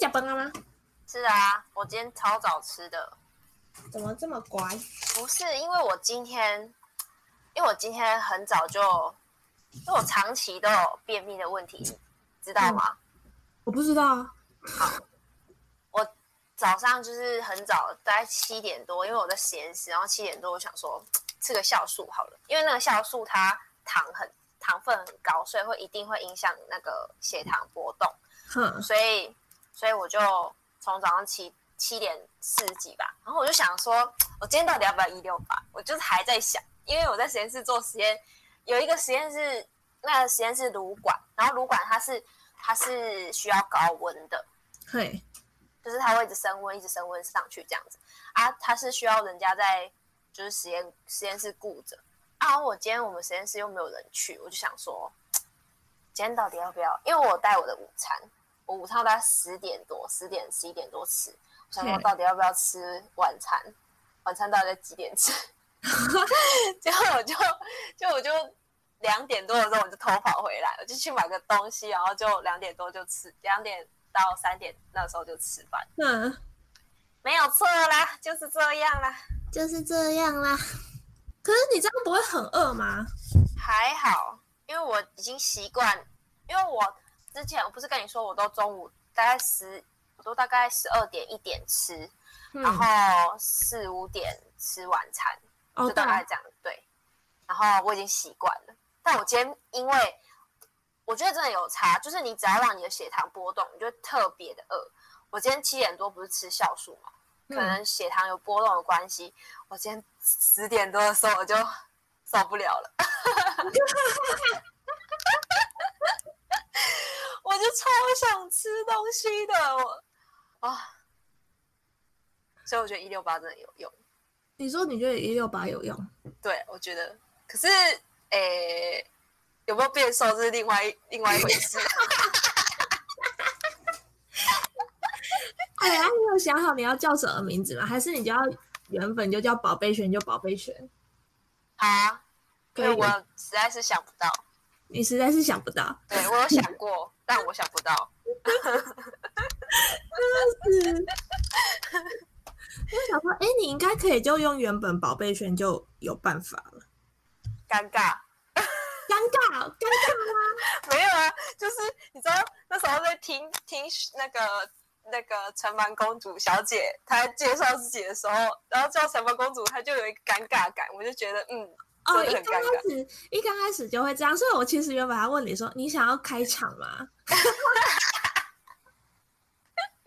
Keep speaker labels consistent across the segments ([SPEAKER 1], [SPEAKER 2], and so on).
[SPEAKER 1] 加班了吗？
[SPEAKER 2] 是啊，我今天超早吃的，
[SPEAKER 1] 怎么这么乖？
[SPEAKER 2] 不是因为我今天，因为我今天很早就，因为我长期都有便秘的问题，知道吗？
[SPEAKER 1] 我不知道啊。
[SPEAKER 2] 早上就是很早，大概七点多，因为我在实验室，然后七点多我想说吃个酵素好了，因为那个酵素它糖很糖分很高，所以会一定会影响那个血糖波动。
[SPEAKER 1] 哼，
[SPEAKER 2] 所以所以我就从早上七七点四十几吧，然后我就想说，我今天到底要不要一六八？我就是还在想，因为我在实验室做实验，有一个实验室，那个实验室炉管，然后炉管它是它是需要高温的，
[SPEAKER 1] 嘿，
[SPEAKER 2] 就是它会一直升温，一直升温上去这样子啊，它是需要人家在就是实验实验室顾着啊。我今天我们实验室又没有人去，我就想说，今天到底要不要？因为我带我的午餐，我午餐大概十点多、十点十一点多吃，我想说
[SPEAKER 1] 嗯
[SPEAKER 2] 到底要不要吃晚餐？晚餐到底在几点吃？ 结果我就就我就两点多的时候我就偷跑回来，我就去买个东西，然后就两点多就吃，两点到三点那时候就吃饭。
[SPEAKER 1] 那
[SPEAKER 2] 没有错啦，就是这样啦，
[SPEAKER 1] 就是这样啦。可是你这样不会很饿吗？
[SPEAKER 2] 还好，因为我已经习惯，因为我之前我不是跟你说，我都中午大概十，我都大概十二点一点吃，然
[SPEAKER 1] 嗯，
[SPEAKER 2] 后四五点吃晚餐，
[SPEAKER 1] 哦
[SPEAKER 2] 就大概
[SPEAKER 1] 对，
[SPEAKER 2] 这样对。然后我已经习惯了，但我今天因为我觉得真的有差，就是你只要让你的血糖波动，你就会特别的饿。我今天七点多不是吃酵素嘛，可
[SPEAKER 1] 嗯
[SPEAKER 2] 能血糖有波动的关系，我今天十点多的时候我就受不了 了，我就超想吃东西的，我啊，所以我觉得一六八真的有用。
[SPEAKER 1] 你说你觉得一六八有用？
[SPEAKER 2] 对，我觉得，可是诶、有没有变瘦是另外一另外一回事。
[SPEAKER 1] 哎呀，你有想好你要叫什么名字吗？还是你就要原本就叫宝贝犬就宝贝犬？
[SPEAKER 2] 好啊，因为
[SPEAKER 1] 可以
[SPEAKER 2] 我实在是想不到，
[SPEAKER 1] 你实在是想不 到，
[SPEAKER 2] 对我有想过，但我想不到。
[SPEAKER 1] 是，我嗯想说，哎、你应该可以就用原本宝贝圈就有办法了。
[SPEAKER 2] 尴尬，
[SPEAKER 1] 尴尬，尴尬，
[SPEAKER 2] 没有啊，就是你知道那时候在听听那个那个城门公主小姐她介绍自己的时候，然后叫城门公主，她就有一个尴尬感，我就觉得嗯，
[SPEAKER 1] 哦，
[SPEAKER 2] 真
[SPEAKER 1] 一
[SPEAKER 2] 的
[SPEAKER 1] 刚
[SPEAKER 2] 很尴尬
[SPEAKER 1] 开始一刚开始就会这样，所以我其实原本还问你说你想要开场吗？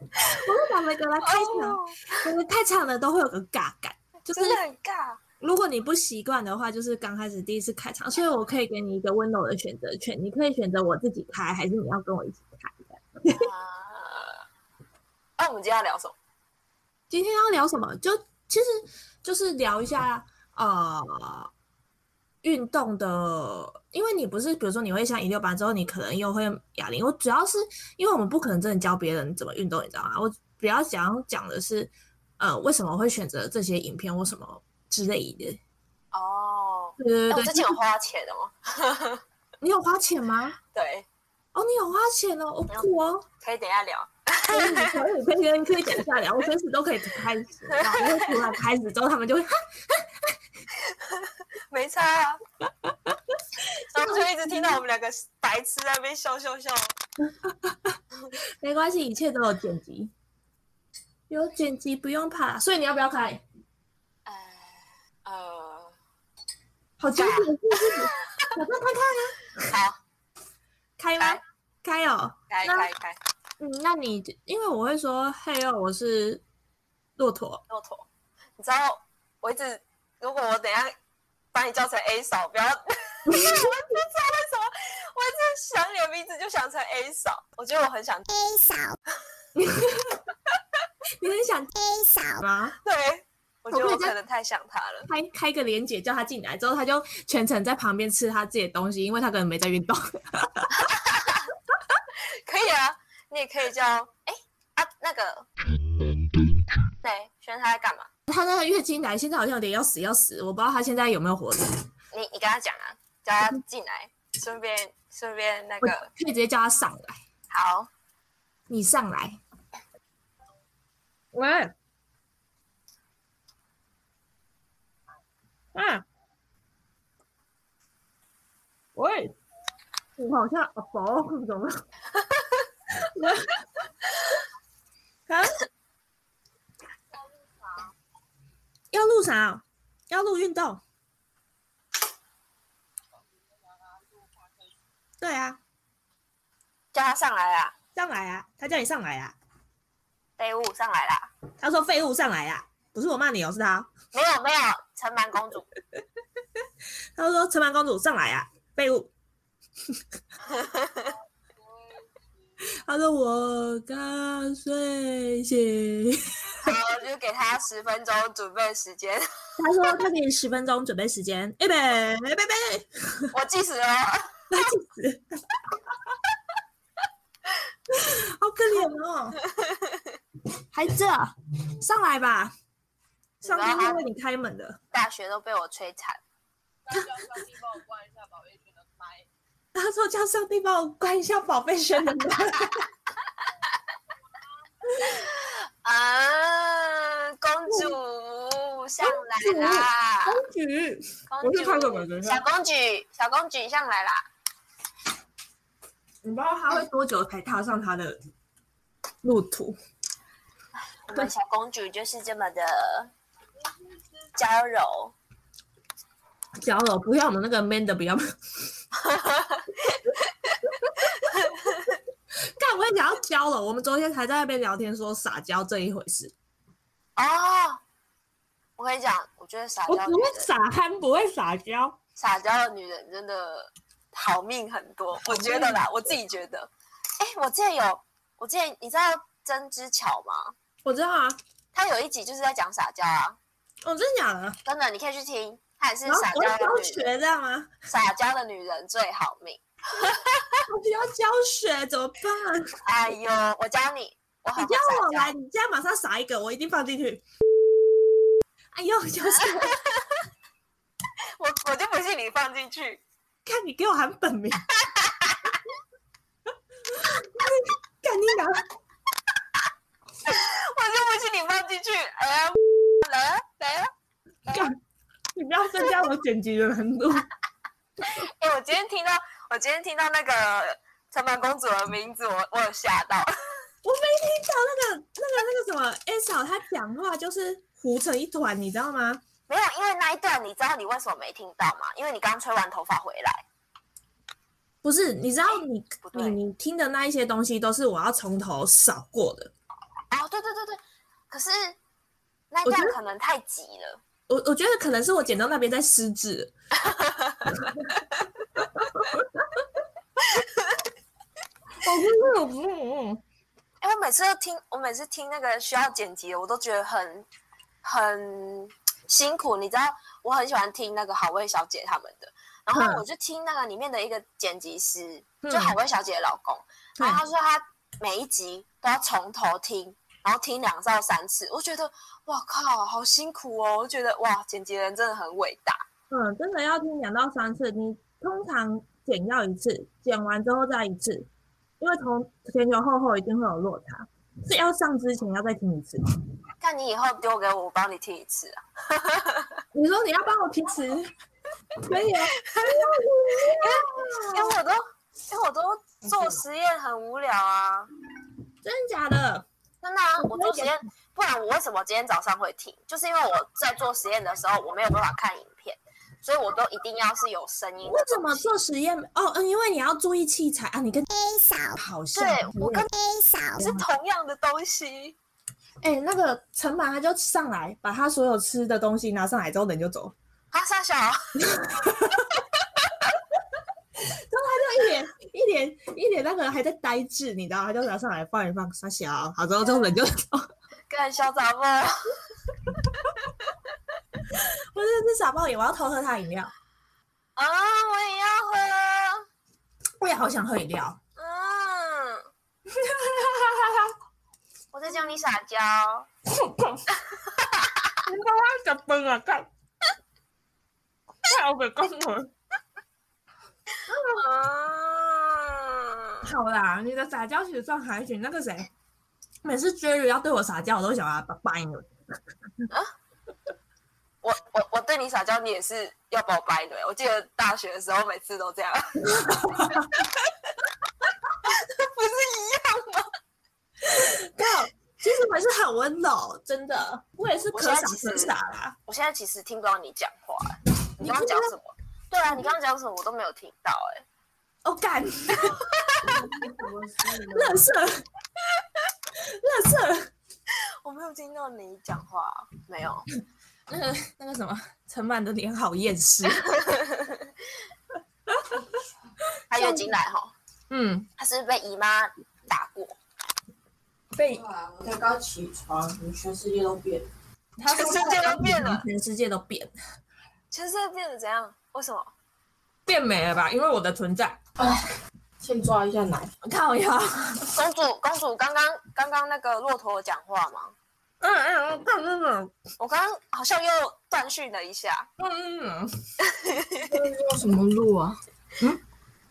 [SPEAKER 1] 我会把每个来开场，
[SPEAKER 2] 哦，
[SPEAKER 1] 每个开场的都会有个尬感，就是
[SPEAKER 2] 真的很尬。
[SPEAKER 1] 如果你不习惯的话，就是刚开始第一次开场，所以我可以给你一个温柔的选择权，你可以选择我自己开，还是你要跟我一起开。
[SPEAKER 2] 啊，那、我们今天要聊什么？
[SPEAKER 1] 今天要聊什么？就其实就是聊一下呃运动的，因为你不是比如说你会像一六八之后，你可能又会哑铃。我主要是因为我们不可能真的教别人怎么运动，你知道吗？我比较想要讲的是，呃，为什么会选择这些影片或什么之类的。
[SPEAKER 2] 哦，
[SPEAKER 1] 对对
[SPEAKER 2] 哎我
[SPEAKER 1] 对
[SPEAKER 2] 之
[SPEAKER 1] 对，
[SPEAKER 2] 前有花钱的哦，
[SPEAKER 1] 你有花钱吗？
[SPEAKER 2] 对，
[SPEAKER 1] 哦，你有花钱哦，
[SPEAKER 2] 嗯
[SPEAKER 1] 我酷哦，
[SPEAKER 2] 可以等一下聊。
[SPEAKER 1] 可以可以可以可以等一下聊，我随时都可以开始，然后因为突然开始之后，他们就会哈
[SPEAKER 2] 没差 啊。然后就一直听到我们两个白痴在那边笑笑笑。
[SPEAKER 1] 没关系，一切都有剪辑，有剪辑不用怕。所以你要不要开？
[SPEAKER 2] 呃呃，
[SPEAKER 1] 好纠结，是不是？马上
[SPEAKER 2] 好，
[SPEAKER 1] 开开吗？开哦，
[SPEAKER 2] 开
[SPEAKER 1] 那
[SPEAKER 2] 开开，
[SPEAKER 1] 嗯，那你因为我会说嘿哦，我是骆 驼，
[SPEAKER 2] 骆驼，你知道我一直，如果我等一下把你叫成 A 嫂，不要。 我不知道为什么，我一直想你的名字就想成 A 嫂，我觉得我很想
[SPEAKER 1] 你很想吗？
[SPEAKER 2] 对，我觉得
[SPEAKER 1] 我可
[SPEAKER 2] 我
[SPEAKER 1] 以
[SPEAKER 2] 可
[SPEAKER 1] 再
[SPEAKER 2] 能太想他了。
[SPEAKER 1] 开开个连姐叫他进来之后，他就全程在旁边吃他自己的东西，因为他可能没在运动。
[SPEAKER 2] 可以啊，你也可以叫哎、啊那个
[SPEAKER 3] 全能灯具。
[SPEAKER 2] 对，轩他在干嘛？
[SPEAKER 1] 他那个月经来，现在好像有点要死要死，我不知道他现在有没有活着。
[SPEAKER 2] 你你跟他讲啊，叫他进来，顺便顺便那
[SPEAKER 1] 我
[SPEAKER 2] 个
[SPEAKER 1] 可以直接叫他上来，
[SPEAKER 2] 好，
[SPEAKER 1] 你上来，喂，啊，喂，我好像阿宝怎么了？ 啊？要录啥？要录运动？对啊，
[SPEAKER 2] 叫他上来啦，
[SPEAKER 1] 上来啊！他叫你上来啊！
[SPEAKER 2] 废物上来啦，
[SPEAKER 1] 他说废物上来啊！不是我骂你哦，是他。
[SPEAKER 2] 没有没有，城蛮公主，
[SPEAKER 1] 他说城门公主上来啊，废物。 他说我刚睡醒。
[SPEAKER 2] 好，就给他十分钟准备时间，
[SPEAKER 1] 他说他给你十分钟准备时间。哎预备，预备，备。
[SPEAKER 2] 我计时哦。
[SPEAKER 1] 那气死！好可怜哦，还这上来吧，上天会为你开门的。
[SPEAKER 2] 大学都被我摧残，
[SPEAKER 3] 那叫上帝帮我关一下宝贝群的麦。
[SPEAKER 1] 他说叫上帝帮我关一下宝贝生的门。
[SPEAKER 2] 啊，公主上来啦，
[SPEAKER 1] 公举，
[SPEAKER 2] 公
[SPEAKER 1] 我是看过
[SPEAKER 2] 主，
[SPEAKER 1] 的
[SPEAKER 2] 小公举，小公举上来啦，
[SPEAKER 1] 你不知道他会多久才踏上他的路途。
[SPEAKER 2] 我们小公主就是这么的娇柔，
[SPEAKER 1] 小柔，不要我们那个 man 的，不要。 干，我也想要交了。我们昨天才在那边聊天，说撒娇这一回事。
[SPEAKER 2] 哦，我跟你讲，我觉得撒
[SPEAKER 1] 我
[SPEAKER 2] 娇
[SPEAKER 1] 只
[SPEAKER 2] 女
[SPEAKER 1] 会
[SPEAKER 2] 人，
[SPEAKER 1] 撒憨，不会撒娇。
[SPEAKER 2] 撒娇的女人真的好命很多，我觉得啦，我自己觉得。哎，我之前有，我之前你知道针织巧吗？
[SPEAKER 1] 我知道啊，
[SPEAKER 2] 她有一集就是在讲撒娇啊，
[SPEAKER 1] 哦，真的假的？
[SPEAKER 2] 真的，你可以去听，她也是
[SPEAKER 1] 然后
[SPEAKER 2] 撒
[SPEAKER 1] 我
[SPEAKER 2] 娇的
[SPEAKER 1] 教
[SPEAKER 2] 女
[SPEAKER 1] 学
[SPEAKER 2] 人，
[SPEAKER 1] 这样吗？
[SPEAKER 2] 撒娇的女人最好命。
[SPEAKER 1] 我不要教学怎么 办？你
[SPEAKER 2] 哎呦，我教你，我很会
[SPEAKER 1] 叫
[SPEAKER 2] 撒
[SPEAKER 1] 我
[SPEAKER 2] 娇。
[SPEAKER 1] 来，你现在马上撒一个，我一定放进去。哎呦，就是 我
[SPEAKER 2] 我我就不信你放进去。
[SPEAKER 1] 看你给我喊本名， 干你娘！
[SPEAKER 2] 我就不信你放进去。哎呀，来啊来啊！
[SPEAKER 1] 干，你不要增加我剪辑的难度。
[SPEAKER 2] 哎、我今天听到，我今天听到那个城门公主的名字，我我有吓到。
[SPEAKER 1] 我没听到那个那个那个什么 S 嫂，她讲话就是糊成一团，你知道吗？
[SPEAKER 2] 没有，因为那一段你知道你为什么没听到吗？因为你刚吹完头发回来。
[SPEAKER 1] 不是，你知道你
[SPEAKER 2] 不
[SPEAKER 1] 你
[SPEAKER 2] 对
[SPEAKER 1] 你听的那一些东西都是我要从头扫过的。
[SPEAKER 2] 哦，对对对对，可是那一
[SPEAKER 1] 我觉
[SPEAKER 2] 段
[SPEAKER 1] 得
[SPEAKER 2] 可能太急了。
[SPEAKER 1] 我我觉得可能是我剪到那边在失智了。 我不是，我不是，
[SPEAKER 2] 哎、我每次都听，我每次听那个需要剪辑的，我都觉得很很辛苦。你知道，我很喜欢听那个好味小姐他们的，然后
[SPEAKER 1] 嗯
[SPEAKER 2] 我就听那个里面的一个剪辑师，就
[SPEAKER 1] 嗯
[SPEAKER 2] 好味小姐的老公，然后他说他每一集都要从头听，然后听两到三次。我觉得，哇靠，好辛苦哦！我觉得，哇，剪辑人真的很伟大。
[SPEAKER 1] 嗯，真的要听两到三次。你通常剪要一次，剪完之后再一次，因为从前前后后一定会有落差，是要上之前要再听一次。
[SPEAKER 2] 看你以后丢给我，我帮你听一次啊，
[SPEAKER 1] 你说你要帮我提词，可以啊。嗯
[SPEAKER 2] 因为我都因为我都做实验很无聊啊。
[SPEAKER 1] 真的假的？
[SPEAKER 2] 真的啊，
[SPEAKER 1] 我不
[SPEAKER 2] 我
[SPEAKER 1] 会
[SPEAKER 2] 做实验，不然我为什么今天早上会停？就是因为我在做实验的时候，我没有办法看影片，所以我都一定要是有声音的。
[SPEAKER 1] 为什么做实验？哦，嗯，因为你要注意器材啊。你跟 A 嫂好像，
[SPEAKER 2] 对我跟
[SPEAKER 4] A 嫂
[SPEAKER 2] 是同样的东西？
[SPEAKER 1] 哎、那个陈满他就上来，把他所有吃的东西拿上来之后，人就走。
[SPEAKER 2] 哈沙啊小，
[SPEAKER 1] 他就一脸一脸一脸那个还在呆滞，你知道？他就拿上来放一放，傻小，好之后之后人就走。
[SPEAKER 2] 干小杂货，
[SPEAKER 1] 我真的是傻爆眼，我要偷喝他饮料，
[SPEAKER 2] 啊，我也要喝，
[SPEAKER 1] 我也好想喝饮料。
[SPEAKER 2] 嗯，我在教你撒娇，
[SPEAKER 1] 你干嘛想崩啊？干！太没功了。
[SPEAKER 2] 嗯，啊
[SPEAKER 1] 好啦，你的撒娇其实算还行。那个谁，每次 Jerry 要对我撒娇，我都想把他掰了。
[SPEAKER 2] 我我我对你撒娇，你也是要把我掰的欸。我记得大学的时候，每次都这样，不是一样吗？
[SPEAKER 1] 对，其实我也是很温柔，真的，我也是
[SPEAKER 2] 我
[SPEAKER 1] 可
[SPEAKER 2] 现在
[SPEAKER 1] 傻
[SPEAKER 2] 其
[SPEAKER 1] 可
[SPEAKER 2] 实
[SPEAKER 1] 傻啦。
[SPEAKER 2] 我现在其实听不到你讲话欸、你
[SPEAKER 1] 你
[SPEAKER 2] 刚刚
[SPEAKER 1] 不
[SPEAKER 2] 讲
[SPEAKER 1] 知
[SPEAKER 2] 什么？对啊，你刚刚讲什么我都没有听到、哎，
[SPEAKER 1] 哦，干，乐
[SPEAKER 4] 那
[SPEAKER 1] 色，乐色，
[SPEAKER 2] 我没有听到你讲话啊，没 有。
[SPEAKER 1] 那个那个什么，陈满的脸好厌世。
[SPEAKER 2] 她月经来哈，
[SPEAKER 1] 嗯，
[SPEAKER 2] 她是不是被姨妈打过，
[SPEAKER 1] 被
[SPEAKER 4] 我才刚起床，你全世界都变了。
[SPEAKER 1] 他说
[SPEAKER 2] 全世界都变了
[SPEAKER 1] 全世界都变
[SPEAKER 2] 全世界变得怎样？为什么？
[SPEAKER 1] 变美了吧？因为我的存在。
[SPEAKER 4] 先抓一下奶，
[SPEAKER 1] 靠呀！
[SPEAKER 2] 公主公主刚刚刚刚那个骆驼有讲话吗？
[SPEAKER 1] 嗯嗯嗯嗯嗯
[SPEAKER 2] 我刚刚好像又断讯了一下，
[SPEAKER 1] 嗯嗯
[SPEAKER 4] 用什么录啊？嗯，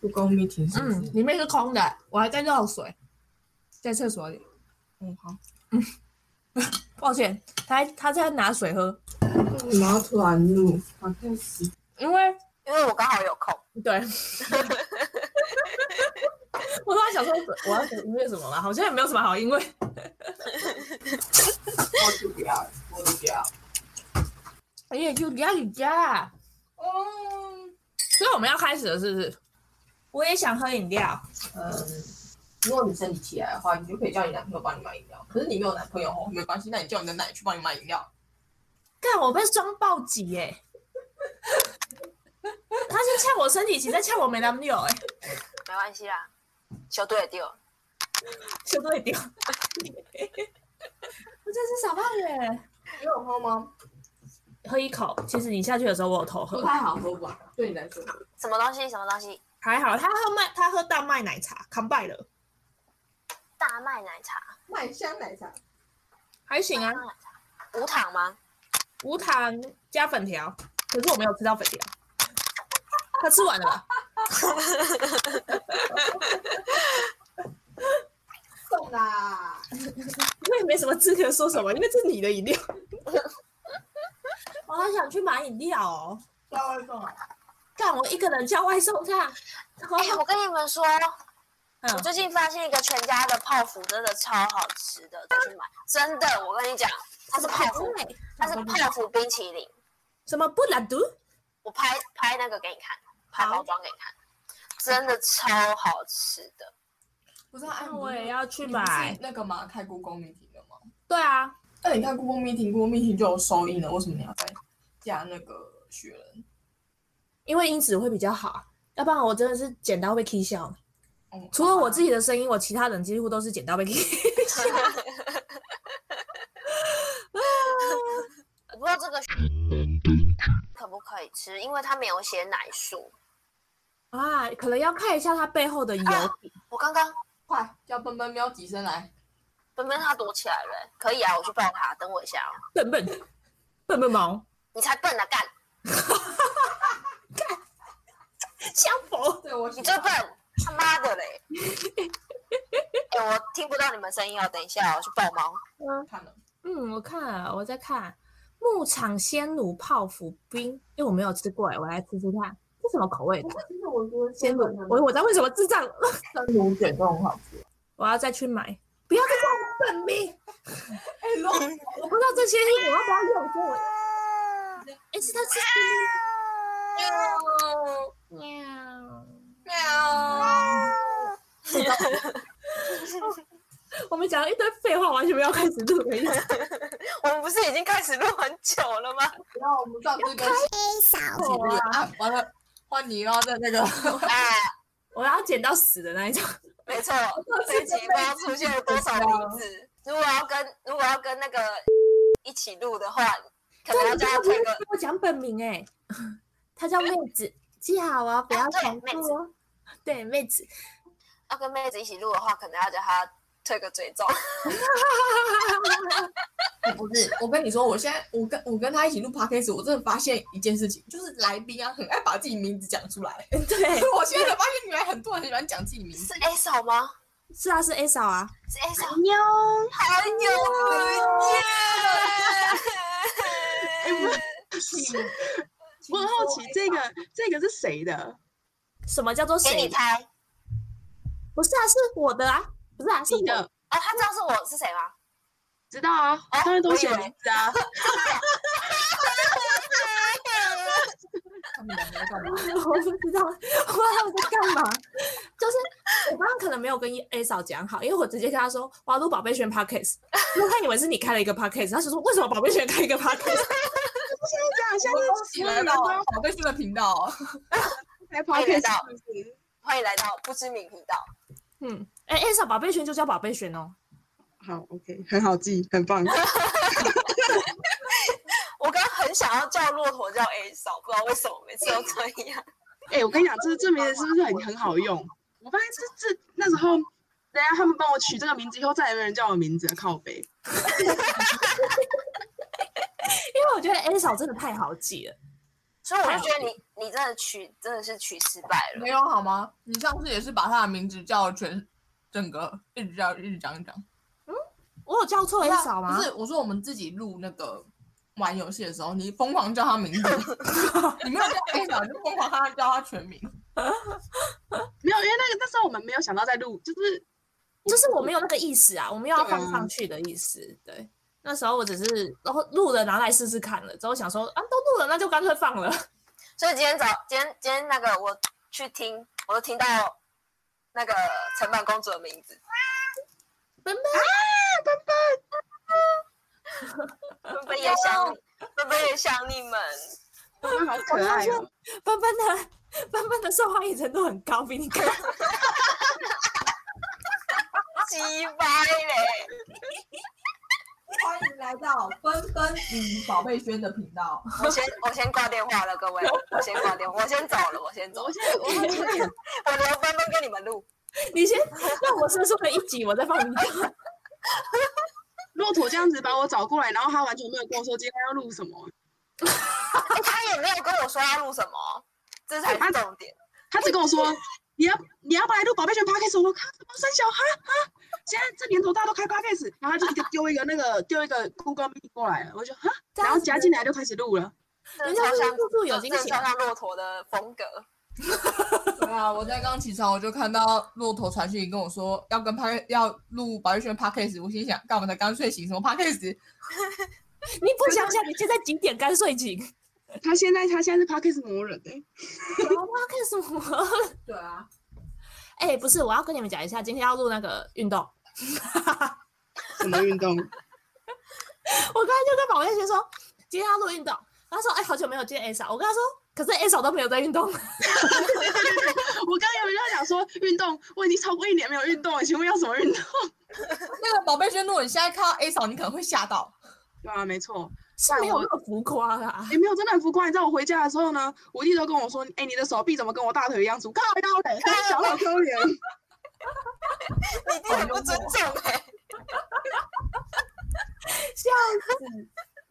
[SPEAKER 4] 不公平，停是不
[SPEAKER 1] 嗯，
[SPEAKER 4] 是？
[SPEAKER 1] 里面是空的，我还在绕水，在厕所里。
[SPEAKER 4] 嗯，好。
[SPEAKER 1] 抱歉，他他在拿水喝，
[SPEAKER 4] 为什么要突然录？好像是
[SPEAKER 1] 因为
[SPEAKER 2] 因为我刚好有空。
[SPEAKER 1] 对，我突然想说，我要音乐什么了？好像也没有什么好音乐。
[SPEAKER 4] 我就不要了，我就不要了。
[SPEAKER 1] 哎呀，就家里家，哦
[SPEAKER 4] 嗯
[SPEAKER 1] 所以我们要开始了，是不是？我也想喝饮料，
[SPEAKER 4] 嗯，如果你生理期来的话，你就可以叫你男朋友帮你买饮料。可是你没有男朋友哦，没关系，那你叫你的奶去帮你买饮料。
[SPEAKER 1] 干我被双暴击耶、他是呛我身体，其实在呛我没男朋友哎、
[SPEAKER 2] 没关系啦，球队也丢了。
[SPEAKER 1] 就对掉。我真是傻胖耶！
[SPEAKER 4] 你有喝吗？
[SPEAKER 1] 喝一口，其实你下去的时候我有偷
[SPEAKER 4] 不
[SPEAKER 1] 喝，
[SPEAKER 4] 太好喝吧？对你来说，
[SPEAKER 2] 什么东西？什么东西？
[SPEAKER 1] 还好他喝麦，他喝大麦奶茶康拜了，
[SPEAKER 2] 大麦奶茶，
[SPEAKER 4] 麦香奶茶。
[SPEAKER 1] 还行啊
[SPEAKER 2] 大，麦奶茶无糖吗？
[SPEAKER 1] 无糖加粉条，可是我没有吃到粉条，他吃完了吧？
[SPEAKER 4] 送啦！
[SPEAKER 1] 我也没什么资格说什么，因为这是你的饮料。 我好想去买饮料哦，
[SPEAKER 4] 叫外送啊！
[SPEAKER 1] 干我一个人叫外送这样，
[SPEAKER 2] 哎、我跟你们说，
[SPEAKER 1] 嗯
[SPEAKER 2] 我最近发现一个全家的泡芙真的超好吃的，再去买。真的，我跟你讲，它是泡芙，
[SPEAKER 1] 哎
[SPEAKER 2] 它是泡芙冰淇淋。
[SPEAKER 1] 什么布兰德？
[SPEAKER 2] 我拍拍那个给你看，拍
[SPEAKER 1] 好
[SPEAKER 2] 包装给你看，真的超好吃的。
[SPEAKER 4] 不是啊，哎
[SPEAKER 1] 那我也要去
[SPEAKER 4] 你不是
[SPEAKER 1] 买
[SPEAKER 4] 那个嘛，开 Google Meeting 的吗？
[SPEAKER 1] 对啊，
[SPEAKER 4] 那你看 Google Meeting，Google Meeting 就有收音了，为什么你要再加那个雪人？
[SPEAKER 1] 因为音质会比较好，啊要不然我真的是剪刀被 K 笑。
[SPEAKER 4] 嗯
[SPEAKER 1] 除了我自
[SPEAKER 4] 己，
[SPEAKER 1] 己的声音，我其他人几乎都是剪刀被 K。
[SPEAKER 2] 不过这个
[SPEAKER 5] 南登举
[SPEAKER 2] 可不可以吃？因为它没有写奶素。
[SPEAKER 1] 啊，可能要看一下它背后的油
[SPEAKER 2] 啊
[SPEAKER 1] 底。
[SPEAKER 2] 我刚刚
[SPEAKER 4] 快叫笨笨喵几声来，
[SPEAKER 2] 本本它躲起来了、可以啊，我去抱它，等我一下哦。
[SPEAKER 1] 笨笨笨笨毛，
[SPEAKER 2] 你才笨呢、啊干，
[SPEAKER 1] 相逢
[SPEAKER 4] 对我
[SPEAKER 2] 你
[SPEAKER 4] 你
[SPEAKER 2] 最笨，他妈 的嘞！哎、我听不到你们声音哦，等一下我去抱猫。
[SPEAKER 4] 看了，
[SPEAKER 1] 嗯，我看了，我在看牧场鲜乳泡芙冰，因为我没有吃过哎，我来吃吃看，这什么口味的？
[SPEAKER 4] 其实我觉得
[SPEAKER 1] 鲜乳，我我在问什么智障？
[SPEAKER 4] 生乳卷都很好吃。
[SPEAKER 1] 我要再去买，不要再叫我本命，
[SPEAKER 4] 哎，如果
[SPEAKER 1] 我不知道这些我要不要用，所以我哎是它是喵。我们讲了一堆废话，完全没有开始录的意思。
[SPEAKER 2] 我们不是已经开始录很久了吗？
[SPEAKER 4] 然后我们上次跟
[SPEAKER 1] 我
[SPEAKER 4] 那个啊，完了换你然后在那个，
[SPEAKER 2] 哎，
[SPEAKER 1] 我要剪到死的那一种。
[SPEAKER 2] 没错，这一集不知道出现了多少名字。如果要跟如果要跟那个 一起录的话，可能要叫他推个
[SPEAKER 1] 跟我讲本名哎、她叫妹子，记好哦，不要
[SPEAKER 2] 对
[SPEAKER 1] 重
[SPEAKER 2] 妹
[SPEAKER 1] 复哦。对，妹子，
[SPEAKER 2] 要跟妹子一起录的话，可能要叫他推个追踪。
[SPEAKER 4] 不是，我跟你说，我现在我跟我跟他一起录 podcast，我真的发现一件事情，就是来宾啊，很爱把自己名字讲出来。
[SPEAKER 1] 对，
[SPEAKER 4] 我现在才发现，原来很多人喜欢讲自己名字。
[SPEAKER 2] 是 A 嫂吗？
[SPEAKER 1] 是啊，是 A 嫂啊，
[SPEAKER 2] 是 A 嫂，
[SPEAKER 5] 妞，
[SPEAKER 2] 还有文件，
[SPEAKER 5] 我很好奇这个这个是谁的？
[SPEAKER 1] 什么叫做
[SPEAKER 2] 给
[SPEAKER 1] 谁
[SPEAKER 2] 你？猜哦
[SPEAKER 1] 不是啊，是我的啊，不是啊，是
[SPEAKER 5] 你
[SPEAKER 1] 我
[SPEAKER 5] 的
[SPEAKER 2] 哦，他知道是我是谁吗？
[SPEAKER 5] 知道啊，
[SPEAKER 2] 哎
[SPEAKER 5] 当然都
[SPEAKER 2] 我以
[SPEAKER 5] 写
[SPEAKER 2] 为
[SPEAKER 5] 名字啊。
[SPEAKER 4] 他们两个在干嘛？
[SPEAKER 1] 我不知道，我不知道他们在干嘛。就是我刚刚可能没有跟 A 嫂讲好，因为我直接跟他说我要录宝贝轩 podcast，因 为他以为是你开了一个 podcast，他就说为什么宝贝轩开一个 podcast？
[SPEAKER 5] 这样现在
[SPEAKER 4] 恭喜来到宝贝新的频道哦，
[SPEAKER 5] 来
[SPEAKER 2] 欢
[SPEAKER 5] p
[SPEAKER 2] 迎来
[SPEAKER 5] k e
[SPEAKER 2] 到欢迎来到不知名频道。
[SPEAKER 1] 嗯，哎、a 嫂宝贝轩就叫宝贝轩哦。
[SPEAKER 5] 好，OK，很好记，很 棒。
[SPEAKER 2] 我刚刚很想要叫骆驼叫 A 嫂，不知道为什么每次都这样。
[SPEAKER 5] 哎、我跟你讲，这这名字是不是很很好用？我发现这这那时候，人家他们帮我取这个名字以后，再也没有人叫我名字了，靠背。
[SPEAKER 1] 因为我觉得 A 嫂真的太好记了，
[SPEAKER 2] 所以我就觉得你你真的取真的是取失败了
[SPEAKER 4] 没。有好吗？你上次也是把他的名字叫全整个一直叫一直讲一直讲。
[SPEAKER 1] 我有叫错 A
[SPEAKER 4] 不是
[SPEAKER 1] 嫂吗
[SPEAKER 4] 不？是，我说我们自己录那个玩游戏的时候，你疯狂叫他名字， 你没有叫 A 嫂，你就疯狂他叫他全名。
[SPEAKER 5] 没有，因为那个那时候我们没有想到在录，就是
[SPEAKER 1] 就是我没有那个意思啊，我没有要
[SPEAKER 5] 对啊
[SPEAKER 1] 放上去的意思。对，那时候我只是然后录了拿来试试看了，之后想说啊都录了，那就干脆放了。
[SPEAKER 2] 所以今天早今天今天那个我去听，我都听到那个城板公主的名字。
[SPEAKER 1] 奔奔
[SPEAKER 2] 奔奔也想你，奔奔也想你们。
[SPEAKER 5] 我们好可爱哦、
[SPEAKER 1] 奔奔的奔奔的受欢迎程度很高，比你 高。
[SPEAKER 2] 鸡掰嘞！
[SPEAKER 4] 欢迎来到纷纷与宝贝轩的频道。
[SPEAKER 2] 我先我先挂电话了，各位，我先挂电话，我先走了，我先走
[SPEAKER 5] 我，现在我现在
[SPEAKER 2] 我留奔奔跟你们录。
[SPEAKER 1] 你先让我说出了一集，我再放你 讲。
[SPEAKER 5] 骆驼这样子把我找过来，然后他完全没有跟我说今天要录什么，
[SPEAKER 2] 哎、他也没有跟我说要录什么，这才是重点。
[SPEAKER 5] 他只跟我说你要你要不来录宝贝圈 podcast，我说靠，怎么生小孩啊？现在这年头大家都开 podcast，然后他就一个丢一个那个丢一个 Google Meet 过来了，我就哈，
[SPEAKER 1] 这
[SPEAKER 5] 然
[SPEAKER 1] 样
[SPEAKER 5] 后
[SPEAKER 1] 子
[SPEAKER 5] 夹进来就开始录了。
[SPEAKER 2] 真
[SPEAKER 1] 人
[SPEAKER 2] 的
[SPEAKER 1] 家
[SPEAKER 2] 超像
[SPEAKER 1] 是，入住有
[SPEAKER 2] 真
[SPEAKER 1] 惊
[SPEAKER 2] 的
[SPEAKER 1] 喜，
[SPEAKER 2] 超像骆驼的风格。
[SPEAKER 4] 对啊，我在刚起床，我就看到骆驼传讯跟我说要跟 p a 要录宝玉轩 podcast，我心想，干我才刚睡醒，什么 podcast？
[SPEAKER 1] 你不想想你现在几点干睡醒？
[SPEAKER 5] 他现在他现在是 podcast 魔人哎、
[SPEAKER 1] 我要看什么？
[SPEAKER 4] 对啊，
[SPEAKER 1] 哎、不是，我要跟你们讲一下，今天要录那个运动。
[SPEAKER 5] 什么运 动？
[SPEAKER 1] 我刚才就跟宝贝先说，今天要录运动。他说：“哎、好久没有见 A 嫂。”我跟他说：“可是 A 嫂都没有在运动。
[SPEAKER 5] 我刚有人要讲说运动，我已经超过一年没有运动了，请问要什么运动？
[SPEAKER 4] 那个宝贝轩，如果你现在看到 A 嫂，你可能会吓到。
[SPEAKER 5] 对啊，没错，”
[SPEAKER 1] 是没有那么浮夸啦
[SPEAKER 5] 也、。没有真的很浮夸。你知道我回家的时候呢，我弟都跟我说，哎、你的手臂怎么跟我大腿一样粗？靠腰嘞，他小老丢 脸。
[SPEAKER 2] 你一定很不尊重哎、
[SPEAKER 1] 笑死，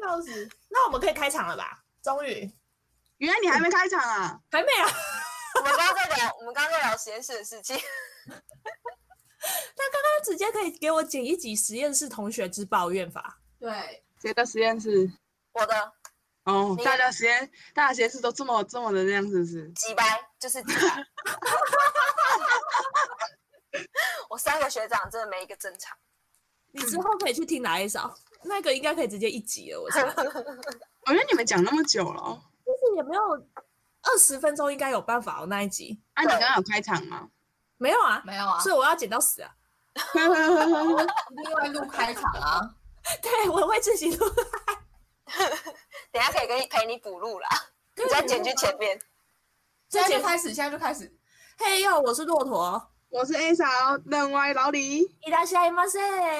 [SPEAKER 1] 笑死！那我们可以开场了吧？终于
[SPEAKER 5] 原来你还没开场啊？
[SPEAKER 1] 还没啊？
[SPEAKER 2] 我们刚刚在聊，我们刚刚在聊实验室的事情。
[SPEAKER 1] 那直接可以给我剪一集实验室同学之抱怨法。
[SPEAKER 4] 对，
[SPEAKER 5] 谁的实验室？
[SPEAKER 2] 我的
[SPEAKER 5] 哦
[SPEAKER 2] 你，
[SPEAKER 5] 大家实验，大家实验室都这么这么的那样，是不是？
[SPEAKER 2] 鸡掰就是鸡掰。 我三个学长真的没一个正常。
[SPEAKER 1] 你之后可以去听哪一首？那个应该可以直接一集了，我 猜。但
[SPEAKER 5] 我觉得你们讲那么久了哦，
[SPEAKER 1] 是也没有二十分钟，应该有办法哦。那一集
[SPEAKER 5] 啊，你
[SPEAKER 2] 对
[SPEAKER 5] 刚刚有开场 吗？
[SPEAKER 1] 没有啊，
[SPEAKER 4] 没有啊，
[SPEAKER 1] 所以我要剪到死啊！
[SPEAKER 4] 一定会录开场啊。
[SPEAKER 1] 对，我会自己录。
[SPEAKER 2] 等一下可以跟你陪你补录啦，你再剪去前面。
[SPEAKER 1] 这
[SPEAKER 4] 现在
[SPEAKER 1] 节
[SPEAKER 4] 就开始，现在就开始。
[SPEAKER 1] 嘿哟，我是骆驼。
[SPEAKER 5] 我是 A 哦嫂，冷歪老李。
[SPEAKER 1] いらっしゃいませ。